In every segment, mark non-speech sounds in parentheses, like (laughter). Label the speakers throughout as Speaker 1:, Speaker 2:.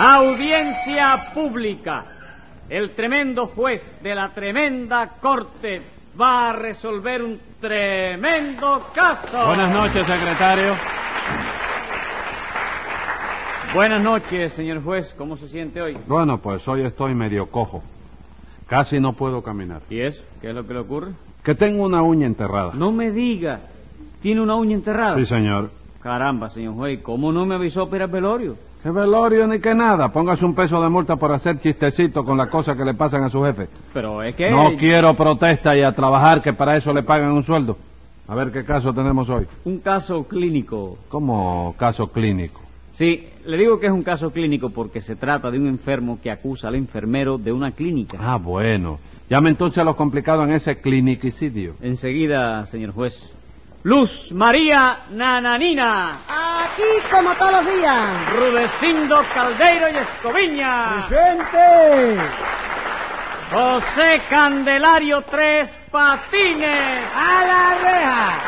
Speaker 1: Audiencia pública. El tremendo juez de la tremenda corte va a resolver un tremendo caso.
Speaker 2: Buenas noches, secretario.
Speaker 1: Buenas noches, señor juez. ¿Cómo se siente hoy?
Speaker 2: Bueno, pues hoy estoy medio cojo. Casi no puedo caminar.
Speaker 1: ¿Y eso? ¿Qué es lo que le ocurre?
Speaker 2: Que tengo una uña enterrada.
Speaker 1: No me diga. ¿Tiene una uña enterrada?
Speaker 2: Sí, señor.
Speaker 1: Caramba, señor juez, ¿cómo no me avisó para el velorio?
Speaker 2: Que velorio ni que nada. Póngase un peso de multa por hacer chistecito con las cosas que le pasan a su jefe.
Speaker 1: Pero es que...
Speaker 2: No quiero protesta y a trabajar, que para eso le pagan un sueldo. A ver qué caso tenemos hoy.
Speaker 1: Un caso clínico.
Speaker 2: ¿Cómo caso clínico?
Speaker 1: Sí, le digo que es un caso clínico porque se trata de un enfermo que acusa al enfermero de una clínica.
Speaker 2: Ah, bueno. Llame entonces a lo complicado en ese clinicicidio.
Speaker 1: Enseguida, señor juez. Luz María Nananina.
Speaker 3: Aquí como todos los días.
Speaker 1: Rudecindo Caldeiro y Escoviña.
Speaker 3: Presente.
Speaker 1: José Candelario Tres Patines.
Speaker 3: A la reja.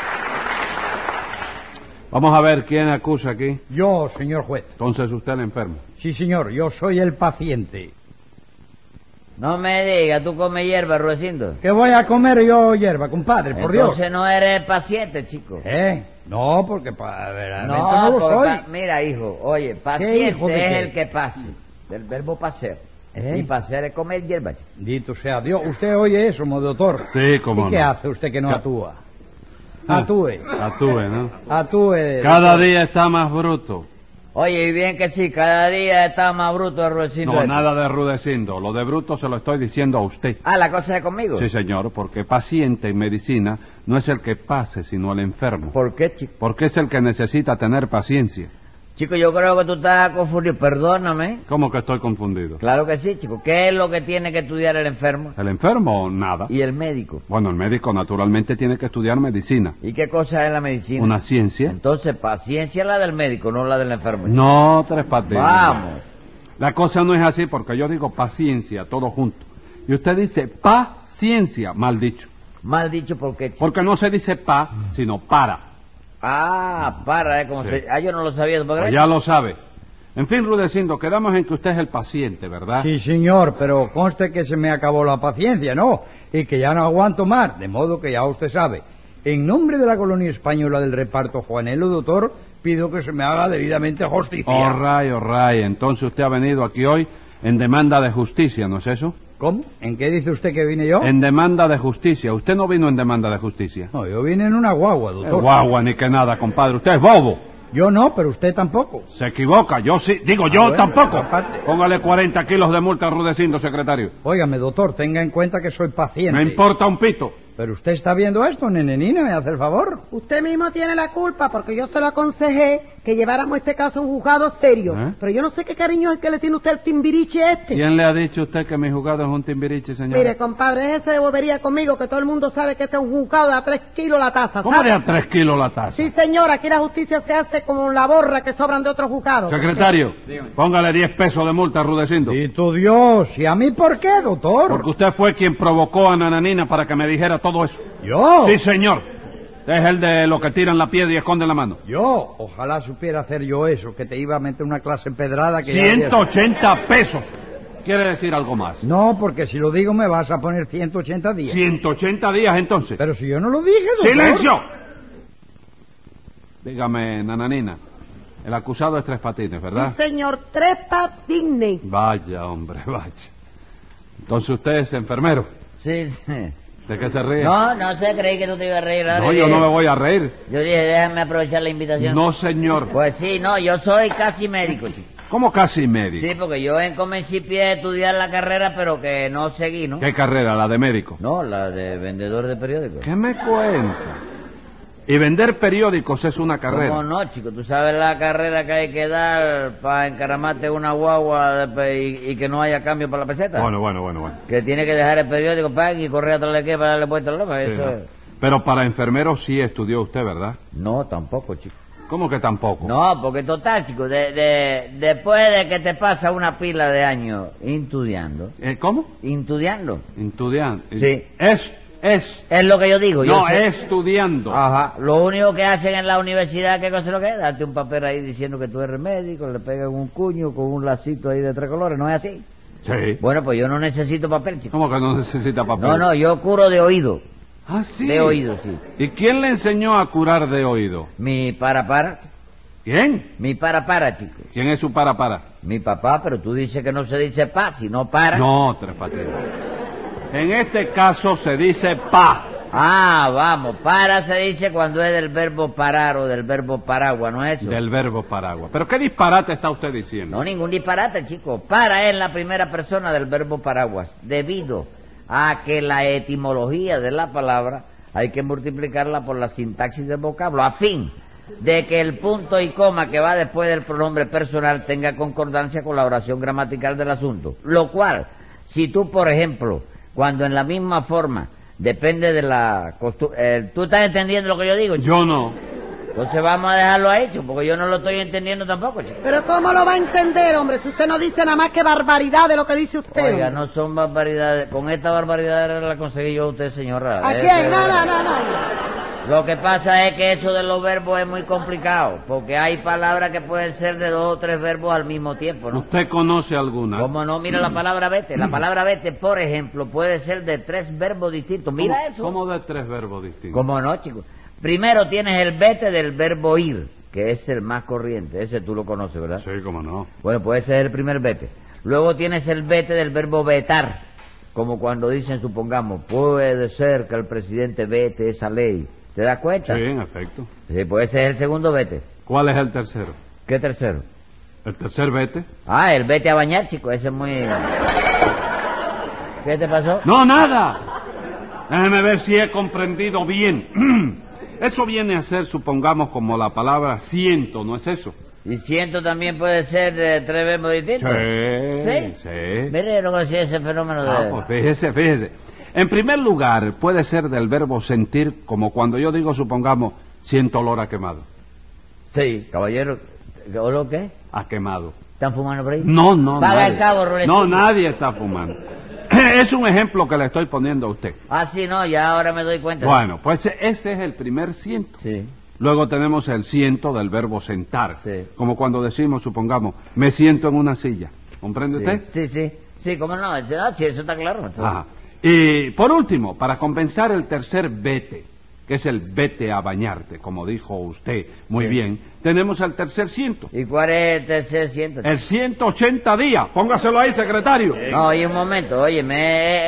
Speaker 2: Vamos a ver quién acusa aquí.
Speaker 4: Yo, señor juez.
Speaker 2: Entonces usted el enfermo.
Speaker 4: Sí, señor, yo soy el paciente.
Speaker 5: No me digas, tú comes hierba, Ruecindo.
Speaker 4: ¿Qué voy a comer yo hierba, compadre? Por Dios.
Speaker 5: Entonces no eres paciente, chico.
Speaker 4: ¿Eh? No, porque pa- verdaderamente
Speaker 5: No,
Speaker 4: no lo
Speaker 5: por
Speaker 4: soy.
Speaker 5: pa- mira, hijo, oye, paciente
Speaker 4: hijo de
Speaker 5: es
Speaker 4: qué?
Speaker 5: el que pase, del verbo pasear.
Speaker 4: ¿Eh?
Speaker 5: Y pasear es comer hierba, chico.
Speaker 4: Dito sea Dios. Usted oye eso, mo doctor.
Speaker 2: Sí, cómo
Speaker 4: ¿Y qué
Speaker 2: no.
Speaker 4: hace usted que no
Speaker 2: Ca-
Speaker 4: actúa? Atúe.
Speaker 2: Atúe, ¿no?
Speaker 4: Atúe.
Speaker 2: Cada día está más bruto.
Speaker 5: Oye, y bien que sí, cada día está más bruto el Ruecindo.
Speaker 2: No,
Speaker 5: este.
Speaker 2: nada de rudeciendo. Lo de bruto se lo estoy diciendo a usted.
Speaker 5: Ah, la cosa es conmigo.
Speaker 2: Sí, señor, porque paciente en medicina no es el que pase, sino el enfermo.
Speaker 5: ¿Por qué, chico?
Speaker 2: Porque es el que necesita tener paciencia.
Speaker 5: Chico, yo creo que tú estás confundido. Perdóname.
Speaker 2: ¿Cómo que estoy confundido?
Speaker 5: Claro que sí, chico. ¿Qué es lo que tiene que estudiar el enfermo
Speaker 2: ¿El enfermo o nada?
Speaker 5: y el médico?
Speaker 2: Bueno, el médico naturalmente tiene que estudiar medicina.
Speaker 5: ¿Y qué cosa es la medicina?
Speaker 2: ¿Una ciencia?
Speaker 5: Entonces, paciencia es la del médico, no la del enfermo.
Speaker 2: No, tres patines.
Speaker 5: Vamos.
Speaker 2: La cosa no es así porque yo digo paciencia, todo junto. Y usted dice paciencia, mal dicho.
Speaker 5: Mal dicho, ¿por qué? chico?
Speaker 2: Porque no se dice pa, sino para.
Speaker 5: Ah, para, ¿eh? Como
Speaker 2: Sí.
Speaker 5: se- Ah, yo no lo sabía. ¿por qué?
Speaker 2: Pues ya lo sabe. En fin, Rudecindo, quedamos en que usted es el paciente, ¿verdad?
Speaker 4: Sí, señor, pero conste que se me acabó la paciencia, ¿no? Y que ya no aguanto más, de modo que ya usted sabe. En nombre de la colonia española del reparto Juanelo, doctor, pido que se me haga debidamente justicia.
Speaker 2: Oh, ray, oh, ray. Entonces usted ha venido aquí hoy en demanda de justicia, ¿no es eso?
Speaker 4: ¿Cómo? ¿En qué dice usted que vine yo?
Speaker 2: En demanda de justicia. Usted no vino en demanda de justicia.
Speaker 4: No, yo vine en una guagua,
Speaker 2: Eh,
Speaker 4: doctor.
Speaker 2: guagua, ni que nada, compadre. Usted es bobo.
Speaker 4: Yo no, pero usted tampoco.
Speaker 2: Se equivoca. Yo sí. Digo, yo
Speaker 4: bueno,
Speaker 2: tampoco.
Speaker 4: aparte.
Speaker 2: Póngale 40 kilos de multa a Rudecindo, secretario.
Speaker 4: Óigame, doctor, tenga en cuenta que soy paciente.
Speaker 2: Me importa un pito.
Speaker 4: Pero usted está viendo esto, nenenina, me hace el favor.
Speaker 3: Usted mismo tiene la culpa porque yo se lo aconsejé que lleváramos este caso a un juzgado serio.
Speaker 2: ¿Eh?
Speaker 3: Pero yo no sé qué cariño es el que le tiene usted al timbiriche este.
Speaker 2: ¿Quién le ha dicho a usted que mi jugada es un timbiriche, señor?
Speaker 3: Mire, compadre, ese de bobería conmigo que todo el mundo sabe que este es un juzgado de a tres kilos la taza.
Speaker 2: ¿Cómo
Speaker 3: ¿sabe?
Speaker 2: de a tres kilos la taza?
Speaker 3: Sí, señora, aquí la justicia se hace como la borra que sobran de otros juzgados.
Speaker 2: Secretario, póngale 10 pesos de multa a Rudecindo.
Speaker 4: Y tu Dios, ¿y a mí por qué, doctor?
Speaker 2: Porque usted fue quien provocó a Nananina para que me dijera todo eso.
Speaker 4: Yo.
Speaker 2: Sí, señor. Usted es el de lo que tiran la piedra y esconden la mano.
Speaker 4: Yo, ojalá supiera hacer yo eso, que te iba a meter una clase empedrada que... ya había-
Speaker 2: 180 pesos. ¿Quiere decir algo más?
Speaker 4: No, porque si lo digo me vas a poner 180 días.
Speaker 2: 180 días entonces.
Speaker 4: Pero si yo no lo dije, doctor.
Speaker 2: ¡Silencio! Dígame, Nananina. El acusado es tres patines, ¿verdad?
Speaker 3: Sí, señor, tres patines.
Speaker 2: Vaya, hombre, vaya. Entonces usted es enfermero.
Speaker 5: Sí, sí.
Speaker 2: ¿De qué se ríe?
Speaker 5: No, no sé, creí que tú te ibas a reír. ahora
Speaker 2: No, yo
Speaker 5: dije-
Speaker 2: no me voy a reír.
Speaker 5: Yo dije, déjame aprovechar la invitación.
Speaker 2: No, señor.
Speaker 5: Pues sí, no, yo soy casi médico, chico.
Speaker 2: ¿Cómo casi
Speaker 5: Sí,
Speaker 2: médico?
Speaker 5: porque yo en comencipié a estudiar la carrera, pero que no seguí, ¿no?
Speaker 2: ¿Qué carrera? ¿La de médico?
Speaker 5: No, la de vendedor de periódicos.
Speaker 2: ¿Qué me cuenta? Y vender periódicos es una
Speaker 5: ¿Cómo
Speaker 2: carrera.
Speaker 5: no, chico? ¿Tú sabes la carrera que hay que dar para encaramarte una guagua de pe- y, y que no haya cambio para la peseta?
Speaker 2: Bueno, bueno, bueno, bueno.
Speaker 5: Que tiene que dejar el periódico, pague y correr atrás de qué para darle vuelta al loca.
Speaker 2: Sí,
Speaker 5: Eso
Speaker 2: ¿no?
Speaker 5: es-
Speaker 2: Pero para enfermero sí estudió usted, ¿verdad?
Speaker 5: No, tampoco, chico.
Speaker 2: ¿Cómo que tampoco?
Speaker 5: No, porque total, chico, de, de- después de que te pasa una pila de años estudiando,
Speaker 2: Eh, ¿Cómo?
Speaker 5: estudiando,
Speaker 2: Estudiando.
Speaker 5: Sí.
Speaker 2: Es Es.
Speaker 5: Es lo que yo digo. yo
Speaker 2: No,
Speaker 5: sé-
Speaker 2: estudiando.
Speaker 5: Ajá. Lo único que hacen en la universidad, ¿qué cosa es lo que es? Darte un papel ahí diciendo que tú eres médico, le pegan un cuño con un lacito ahí de tres colores, ¿no es así?
Speaker 2: Sí.
Speaker 5: Bueno, pues yo no necesito papel, chico.
Speaker 2: ¿Cómo que no necesita papel?
Speaker 5: No, no, yo curo de oído.
Speaker 2: Ah, sí.
Speaker 5: De oído, sí.
Speaker 2: ¿Y quién le enseñó a curar de oído?
Speaker 5: Mi para para,
Speaker 2: ¿Quién?
Speaker 5: mi para para, chico.
Speaker 2: ¿Quién es su para para?
Speaker 5: Mi papá, pero tú dices que no se dice pa, sino para.
Speaker 2: No, Tres Patines. En este caso se dice pa.
Speaker 5: Ah, vamos, para se dice cuando es del verbo parar o del verbo paraguas, ¿no es eso?
Speaker 2: Del verbo paraguas. ¿Pero qué disparate está usted diciendo?
Speaker 5: No, ningún disparate, chico. Para es la primera persona del verbo paraguas, debido a que la etimología de la palabra hay que multiplicarla por la sintaxis del vocablo, a fin de que el punto y coma que va después del pronombre personal tenga concordancia con la oración gramatical del asunto. Lo cual, si tú, por ejemplo, cuando en la misma forma, depende de la costu- eh, ¿Tú estás entendiendo lo que yo digo, chico?
Speaker 2: Yo no.
Speaker 5: Entonces vamos a dejarlo ahí, chico, porque yo no lo estoy entendiendo tampoco, chico.
Speaker 3: Pero ¿cómo lo va a entender, hombre? Si usted no dice nada más que barbaridad de lo que dice usted.
Speaker 5: Oiga,
Speaker 3: hombre.
Speaker 5: no son barbaridades. Con esta barbaridad la conseguí yo a usted, señora.
Speaker 3: ¿A
Speaker 5: Déjese
Speaker 3: quién?
Speaker 5: de
Speaker 3: No, no,
Speaker 5: verdad.
Speaker 3: no, no.
Speaker 5: Lo que pasa es que eso de los verbos es muy complicado, porque hay palabras que pueden ser de dos o tres verbos al mismo tiempo, ¿no?
Speaker 2: ¿Usted conoce alguna?
Speaker 5: Como no, mira la palabra vete. La palabra vete, por ejemplo, puede ser de tres verbos distintos. Mira
Speaker 2: ¿Cómo-
Speaker 5: eso.
Speaker 2: ¿Cómo de tres verbos distintos?
Speaker 5: ¿Cómo no, chicos? Primero tienes el vete del verbo ir, que es el más corriente. Ese tú lo conoces, ¿verdad?
Speaker 2: Sí, cómo no.
Speaker 5: Bueno, pues ese es el primer vete. Luego tienes el vete del verbo vetar, como cuando dicen, supongamos, puede ser que el presidente vete esa ley. ¿Te das
Speaker 2: Sí,
Speaker 5: cuenta?
Speaker 2: en efecto.
Speaker 5: Sí, pues ese es el segundo vete.
Speaker 2: ¿Cuál es el tercero?
Speaker 5: ¿Qué tercero?
Speaker 2: ¿El tercer vete?
Speaker 5: Ah, el vete a bañar, chico, ese es muy...
Speaker 2: (laughs)
Speaker 5: ¿Qué te pasó?
Speaker 2: No, nada. Déjeme ver si he comprendido bien. (clears throat) Eso viene a ser, supongamos, como la palabra ciento, ¿no es eso?
Speaker 5: Y siento también puede ser de tres verbos distintos.
Speaker 2: Sí, sí.
Speaker 5: Mire lo que hacía ese fenómeno de...
Speaker 2: Ah, pues fíjese, fíjese. En primer lugar, puede ser del verbo sentir, como cuando yo digo, supongamos, siento olor a quemado.
Speaker 5: Sí, caballero, ¿o lo qué?
Speaker 2: A quemado.
Speaker 5: ¿Están fumando por ahí?
Speaker 2: No, no,
Speaker 5: Paga
Speaker 2: nadie.
Speaker 5: el cabo, Ruleta.
Speaker 2: No, nadie está fumando. (clears throat) Es un ejemplo que le estoy poniendo a usted.
Speaker 5: Ah, sí, no, ya ahora me doy cuenta.
Speaker 2: Bueno, pues ese es el primer ciento.
Speaker 5: Sí.
Speaker 2: Luego tenemos el siento del verbo sentar,
Speaker 5: Sí.
Speaker 2: como cuando decimos, supongamos, me siento en una silla. ¿Comprende usted?
Speaker 5: Sí, sí. Sí, cómo no. Ese- ah, sí, eso está claro.
Speaker 2: Ajá. Y por último, para compensar el tercer vete, que es el vete a bañarte, como dijo usted muy bien, tenemos el tercer ciento.
Speaker 5: ¿Y cuál es el tercer ciento?
Speaker 2: El 180 días. Póngaselo ahí, secretario.
Speaker 5: No, oye, un momento. Oye,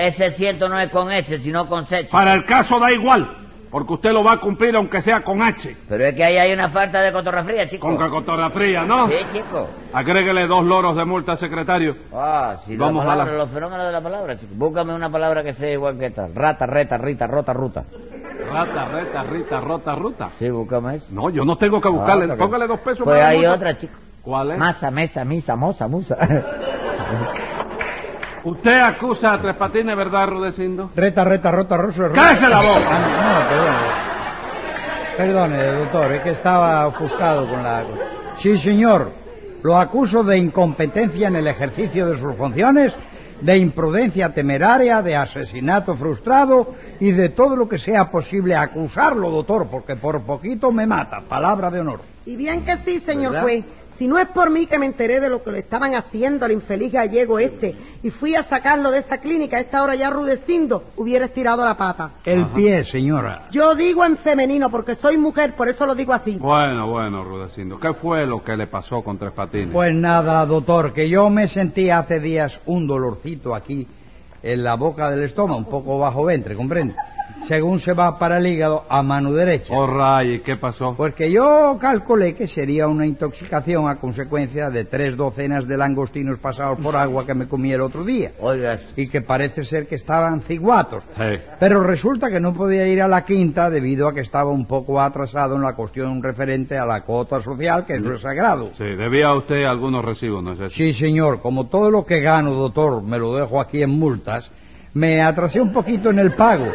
Speaker 5: ese ciento no es con ese, sino con C. chico.
Speaker 2: Para el caso da igual, porque usted lo va a cumplir aunque sea con H.
Speaker 5: Pero es que ahí hay una falta de cotorra fría, chico.
Speaker 2: Con cacotora fría, ¿no?
Speaker 5: Sí, chico.
Speaker 2: Agréguele dos loros de multa, secretario.
Speaker 5: Ah, sí, la
Speaker 2: Vamos a la-
Speaker 5: palabra, los fenómenos de la palabra, chico. Búscame una palabra que sea igual que esta. Rata, reta, rita, rota, ruta.
Speaker 2: Rata, reta, rita, rota, ruta.
Speaker 5: Sí, búscame eso.
Speaker 2: No, yo no tengo que buscarle.
Speaker 5: Ah, porque-
Speaker 2: Póngale dos pesos
Speaker 5: Pues
Speaker 2: para la
Speaker 5: hay
Speaker 2: multa.
Speaker 5: otra, chico.
Speaker 2: ¿Cuál es?
Speaker 5: Masa, mesa, misa, moza, musa. (laughs)
Speaker 2: Usted acusa a Tres Patines, ¿verdad, Rudecindo?
Speaker 4: Reta, reta, rota, rosa, rosa.
Speaker 2: ¡Cállese la boca!
Speaker 4: Ah, no, perdón. Perdone, doctor, es que estaba ofuscado con la... Sí, señor. Lo acuso de incompetencia en el ejercicio de sus funciones, de imprudencia temeraria, de asesinato frustrado y de todo lo que sea posible acusarlo, doctor, porque por poquito me mata. Palabra de honor.
Speaker 3: Y bien que sí, señor
Speaker 4: ¿Verdad?
Speaker 3: juez. Si no es por mí que me enteré de lo que le estaban haciendo al infeliz gallego este y fui a sacarlo de esa clínica a esta hora ya rudecindo, hubiera estirado la pata.
Speaker 4: El pie, señora.
Speaker 3: Yo digo en femenino porque soy mujer, por eso lo digo así.
Speaker 2: Bueno, bueno, Rudecindo. ¿Qué fue lo que le pasó con Tres Patines?
Speaker 4: Pues nada, doctor, que yo me sentí hace días un dolorcito aquí en la boca del estómago, un poco bajo ventre, ¿comprende? Según se va para el hígado a mano derecha.
Speaker 2: Oh, ray, ¿qué pasó?
Speaker 4: Porque yo calculé que sería una intoxicación a consecuencia de tres docenas de langostinos pasados por agua que me comí el otro día.
Speaker 5: Oiga,
Speaker 4: Y que parece ser que estaban ciguatos.
Speaker 2: Sí.
Speaker 4: Pero resulta que no podía ir a la quinta debido a que estaba un poco atrasado en la cuestión referente a la cuota social, que eso es sagrado.
Speaker 2: Sí, debía a usted algunos recibos, ¿no es eso?
Speaker 4: Sí, señor, como todo lo que gano, doctor, me lo dejo aquí en multas, me atrasé un poquito en el pago.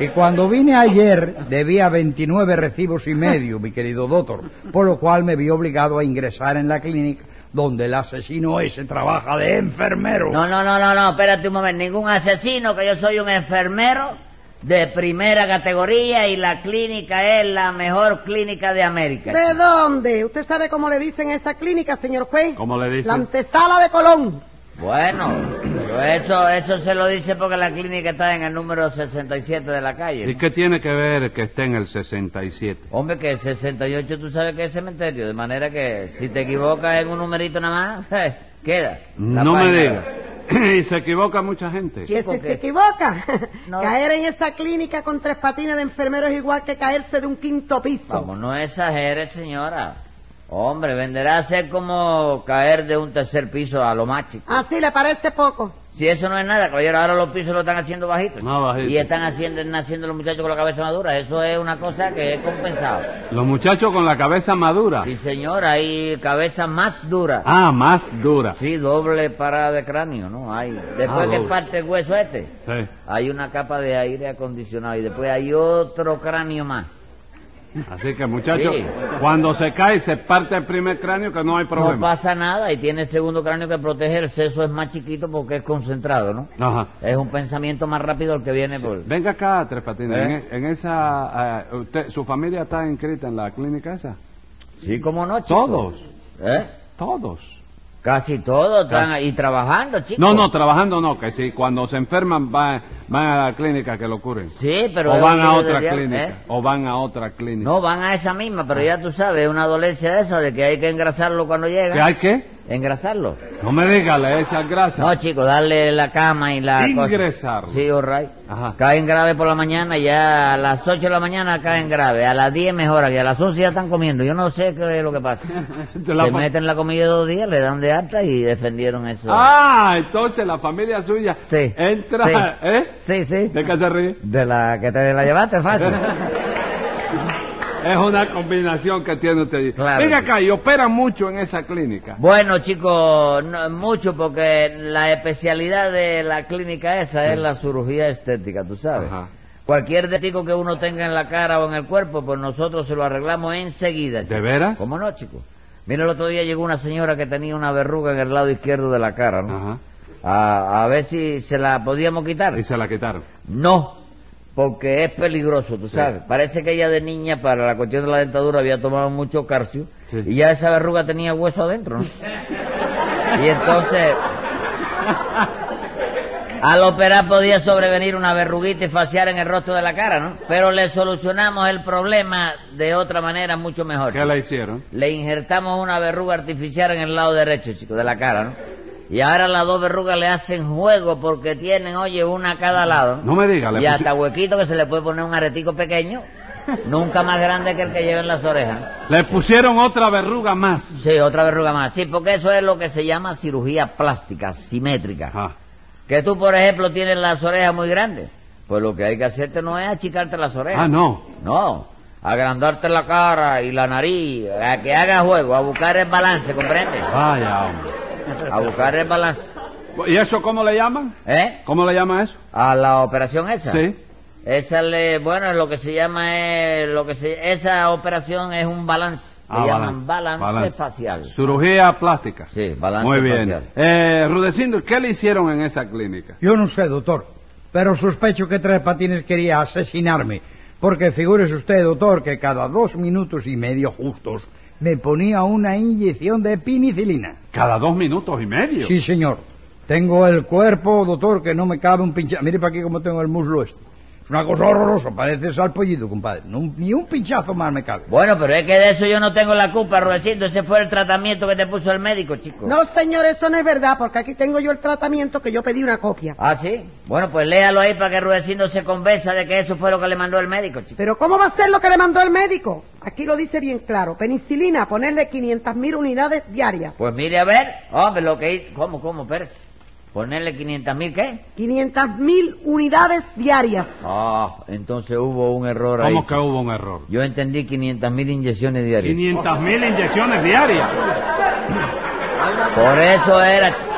Speaker 4: Y cuando vine ayer debía 29 recibos y medio, mi querido doctor, por lo cual me vi obligado a ingresar en la clínica donde el asesino ese trabaja de enfermero.
Speaker 5: No, no, no, no, no, espérate un momento. Ningún asesino, que yo soy un enfermero de primera categoría y la clínica es la mejor clínica de América.
Speaker 3: ¿De dónde? ¿Usted sabe cómo le dicen a esa clínica, señor juez?
Speaker 2: ¿Cómo le dicen?
Speaker 3: La antesala de Colón.
Speaker 5: Bueno, pero eso, eso se lo dice porque la clínica está en el número 67 de la calle.
Speaker 2: ¿Y
Speaker 5: ¿no?
Speaker 2: qué tiene que ver que esté en el 67?
Speaker 5: Hombre, que el 68 tú sabes que es cementerio, de manera que si te equivocas en un numerito nada más, (laughs) eh, queda. la
Speaker 2: no me
Speaker 5: página.
Speaker 2: diga. (clears throat) ¿Y se equivoca mucha gente?
Speaker 3: Que
Speaker 5: Chico,
Speaker 3: si
Speaker 5: ¿qué?
Speaker 3: se equivoca,
Speaker 5: No.
Speaker 3: caer en esa clínica con tres patines de enfermero es igual que caerse de un quinto piso.
Speaker 5: Vamos, no exagere, señora. Hombre, venderá a ser como caer de un tercer piso a lo más chico.
Speaker 3: Así le parece poco.
Speaker 5: Si eso no es nada, caballero, ahora los pisos lo están haciendo bajitos.
Speaker 2: Más bajitos.
Speaker 5: Y están haciendo, naciendo los muchachos con la cabeza madura. Eso es una cosa que es compensado.
Speaker 2: Los muchachos con la cabeza madura.
Speaker 5: Sí, señora, hay cabeza más dura.
Speaker 2: Ah, más dura.
Speaker 5: Sí, doble parada de cráneo, ¿no? Hay. Después
Speaker 2: Ah,
Speaker 5: que
Speaker 2: doble.
Speaker 5: parte el hueso este,
Speaker 2: Sí.
Speaker 5: hay una capa de aire acondicionado y después hay otro cráneo más.
Speaker 2: Así que, muchachos,
Speaker 5: Sí.
Speaker 2: cuando se cae, se parte el primer cráneo que no hay
Speaker 5: No
Speaker 2: problema.
Speaker 5: pasa nada y tiene el segundo cráneo que proteger. El seso es más chiquito porque es concentrado, ¿no?
Speaker 2: Ajá.
Speaker 5: Es un pensamiento más rápido el que viene por...
Speaker 2: Venga acá, Tres Patines.
Speaker 5: ¿Eh?
Speaker 2: En, e- en esa, eh, usted, ¿Su familia está inscrita en la clínica esa?
Speaker 5: Sí, como no, chico?
Speaker 2: Todos,
Speaker 5: ¿Eh?
Speaker 2: todos.
Speaker 5: Casi todos están ahí trabajando, chicos.
Speaker 2: No, no, trabajando no, que si cuando se enferman va- van a la clínica que lo curen.
Speaker 5: Sí, pero...
Speaker 2: o
Speaker 5: es
Speaker 2: van
Speaker 5: lo que
Speaker 2: a
Speaker 5: yo
Speaker 2: otra
Speaker 5: diría,
Speaker 2: clínica. Ah.
Speaker 5: ¿eh?
Speaker 2: O van a otra clínica.
Speaker 5: No, van a esa misma, pero ya tú sabes, es una dolencia esa de que hay que engrasarlo cuando llega.
Speaker 2: ¿Qué hay que?
Speaker 5: ¿Engrasarlo?
Speaker 2: No me diga, le echas grasa.
Speaker 5: No, chicos, darle la cama y la cosa.
Speaker 2: Ingresarlo.
Speaker 5: Sí, all right.
Speaker 2: Ajá.
Speaker 5: Caen grave por la mañana, ya a las 8 de la mañana caen grave, a las 10 mejora, y a las 11 ya están comiendo. Yo no sé qué es lo
Speaker 2: (laughs)
Speaker 5: que pasa.
Speaker 2: Te la
Speaker 5: Se
Speaker 2: fa-
Speaker 5: meten la comida dos días, le dan de alta y defendieron eso.
Speaker 2: Ah, entonces la familia suya
Speaker 5: Sí.
Speaker 2: entra,
Speaker 5: Sí.
Speaker 2: (laughs) ¿eh?
Speaker 5: Sí, sí.
Speaker 2: ¿De qué se ríe?
Speaker 5: De la que te la llevaste, fácil.
Speaker 2: (laughs) Es una combinación que tiene usted.
Speaker 5: Claro.
Speaker 2: Venga acá, y opera mucho en esa clínica.
Speaker 5: Bueno, chicos, no es mucho porque la especialidad de la clínica esa es la cirugía estética, tú sabes.
Speaker 2: Ajá.
Speaker 5: Cualquier detico que uno tenga en la cara o en el cuerpo, pues nosotros se lo arreglamos enseguida.
Speaker 2: ¿De
Speaker 5: chico.
Speaker 2: veras?
Speaker 5: ¿Cómo no, chicos? Mira, el otro día llegó una señora que tenía una verruga en el lado izquierdo de la cara, ¿no?
Speaker 2: Ajá.
Speaker 5: A, a ver si se la podíamos quitar.
Speaker 2: Y se la quitaron.
Speaker 5: No, porque es peligroso, tú sabes. Parece que ella de niña, para la cuestión de la dentadura, había tomado mucho calcio
Speaker 2: Sí.
Speaker 5: y ya esa verruga tenía hueso adentro, ¿no? y entonces, al operar podía sobrevenir una verruguita y faciar en el rostro de la cara, ¿no? Pero le solucionamos el problema de otra manera mucho mejor.
Speaker 2: ¿Qué la hicieron?
Speaker 5: Le injertamos una verruga artificial en el lado derecho, chico, de la cara, ¿no? Y ahora las dos verrugas le hacen juego porque tienen, oye, una a cada lado.
Speaker 2: No me diga, le
Speaker 5: Y
Speaker 2: pusi-
Speaker 5: hasta huequito que se le puede poner un aretico pequeño, nunca más grande que el que lleva en las orejas.
Speaker 2: Le pusieron otra verruga más.
Speaker 5: Sí, otra verruga más. Sí, porque eso es lo que se llama cirugía plástica, simétrica.
Speaker 2: Ajá.
Speaker 5: Que tú, por ejemplo, tienes las orejas muy grandes. Pues lo que hay que hacerte no es achicarte las orejas.
Speaker 2: Ah, no.
Speaker 5: No, agrandarte la cara y la nariz, a que haga juego, a buscar el balance, ¿comprendes?
Speaker 2: Ah. Vaya, hombre.
Speaker 5: A buscar el balance.
Speaker 2: ¿Y eso cómo le llaman?
Speaker 5: ¿Eh?
Speaker 2: ¿Cómo le llaman eso?
Speaker 5: A la operación esa.
Speaker 2: Sí.
Speaker 5: Esa le, bueno, lo que se llama es, lo que se, esa operación es un balance. Le
Speaker 2: Ah,
Speaker 5: llaman balance,
Speaker 2: balance.
Speaker 5: facial.
Speaker 2: Cirugía plástica.
Speaker 5: Sí, balance
Speaker 2: Muy bien.
Speaker 5: facial.
Speaker 2: Eh, Rudecindo, ¿qué le hicieron en esa clínica?
Speaker 4: Yo no sé, doctor, pero sospecho que Tres Patines quería asesinarme, porque figúrese usted, doctor, que cada dos minutos y medio justos me ponía una inyección de penicilina.
Speaker 2: Cada dos minutos y medio.
Speaker 4: Sí, señor. Tengo el cuerpo, doctor, que no me cabe un pinchazo. Mire para aquí cómo tengo el muslo este. Es una cosa horrorosa, parece salpollido, compadre. No- ni un pinchazo más me cabe.
Speaker 5: Bueno, pero es que de eso yo no tengo la culpa, Rubecito. Ese fue el tratamiento que te puso el médico, chico.
Speaker 3: No, señor, eso no es verdad, porque aquí tengo yo el tratamiento que yo pedí una copia.
Speaker 5: ¿Ah, sí? Bueno, pues léalo ahí para que Rubecito se convenza de que eso fue lo que le mandó el médico, chico.
Speaker 3: Pero ¿cómo va a ser lo que le mandó el médico? Aquí lo dice bien claro. Penicilina, ponerle 500.000 unidades diarias.
Speaker 5: Pues mire, a ver, hombre, lo que hizo... ¿Cómo, cómo, Pérez? ¿Ponerle 500 mil qué?
Speaker 3: 500.000 unidades diarias.
Speaker 5: Ah, entonces hubo un error ahí.
Speaker 2: ¿Cómo que
Speaker 5: chico.
Speaker 2: hubo un error?
Speaker 5: Yo entendí 500 mil inyecciones diarias.
Speaker 2: 500 mil inyecciones diarias.
Speaker 5: Por eso era... chico.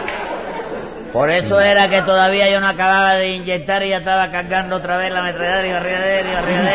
Speaker 5: Por eso era que todavía yo no acababa de inyectar y ya estaba cargando otra vez la ametralladora y barriadera y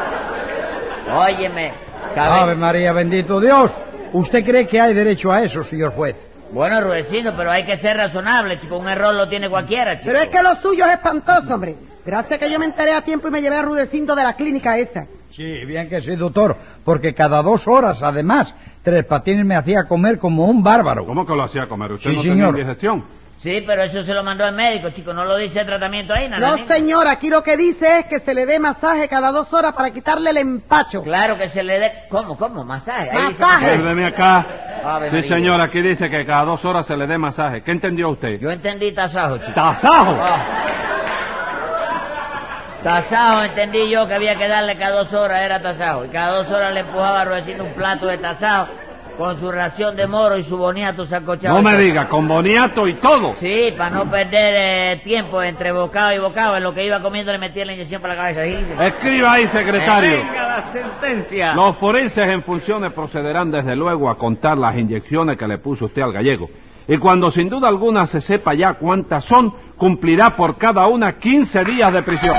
Speaker 5: barriadera. Óyeme, cabe-
Speaker 4: Ave María, bendito Dios. ¿Usted cree que hay derecho a eso, señor juez?
Speaker 5: Bueno, Rudecindo, pero hay que ser razonable, chico. Un error lo tiene cualquiera, chico.
Speaker 3: Pero es que lo suyo es espantoso, hombre. Gracias que yo me enteré a tiempo y me llevé a Rudecindo de la clínica esa.
Speaker 4: Sí, bien que sí, doctor, porque cada dos horas, además, Tres Patines me hacía comer como un bárbaro.
Speaker 2: ¿Cómo que lo hacía comer? ¿Usted
Speaker 4: Sí,
Speaker 2: no
Speaker 4: señor.
Speaker 2: tenía digestión?
Speaker 5: Sí, pero eso se lo mandó el médico, chico. No lo dice el tratamiento ahí, nada.
Speaker 3: No, señor, aquí lo que dice es que se le dé masaje cada dos horas para quitarle el empacho.
Speaker 5: Claro que se le dé. ¿Cómo, cómo? Masaje. Ah, Ahí dice
Speaker 3: Masaje.
Speaker 2: Pues Venme acá.
Speaker 5: Ave
Speaker 2: Sí,
Speaker 5: María.
Speaker 2: señor, aquí dice que cada dos horas se le dé masaje. ¿Qué entendió usted?
Speaker 5: Yo entendí tasajo, chico.
Speaker 2: ¡Tasajo!
Speaker 5: Ah. Tasajo, entendí yo que había que darle cada dos horas, era tasajo. Y cada dos horas le empujaba a Ruedecito un plato de tasajo con su ración de moro y su boniato sacochado.
Speaker 2: No me diga, con boniato y todo.
Speaker 5: Sí, para no perder eh, tiempo entre bocado y bocado. En lo que iba comiendo le metía la inyección para la cabeza. Sí.
Speaker 2: Escriba ahí, secretario.
Speaker 1: Eh, Venga la sentencia.
Speaker 2: Los forenses en funciones procederán desde luego a contar las inyecciones que le puso usted al gallego. Y cuando sin duda alguna se sepa ya cuántas son, cumplirá por cada una 15 días de prisión.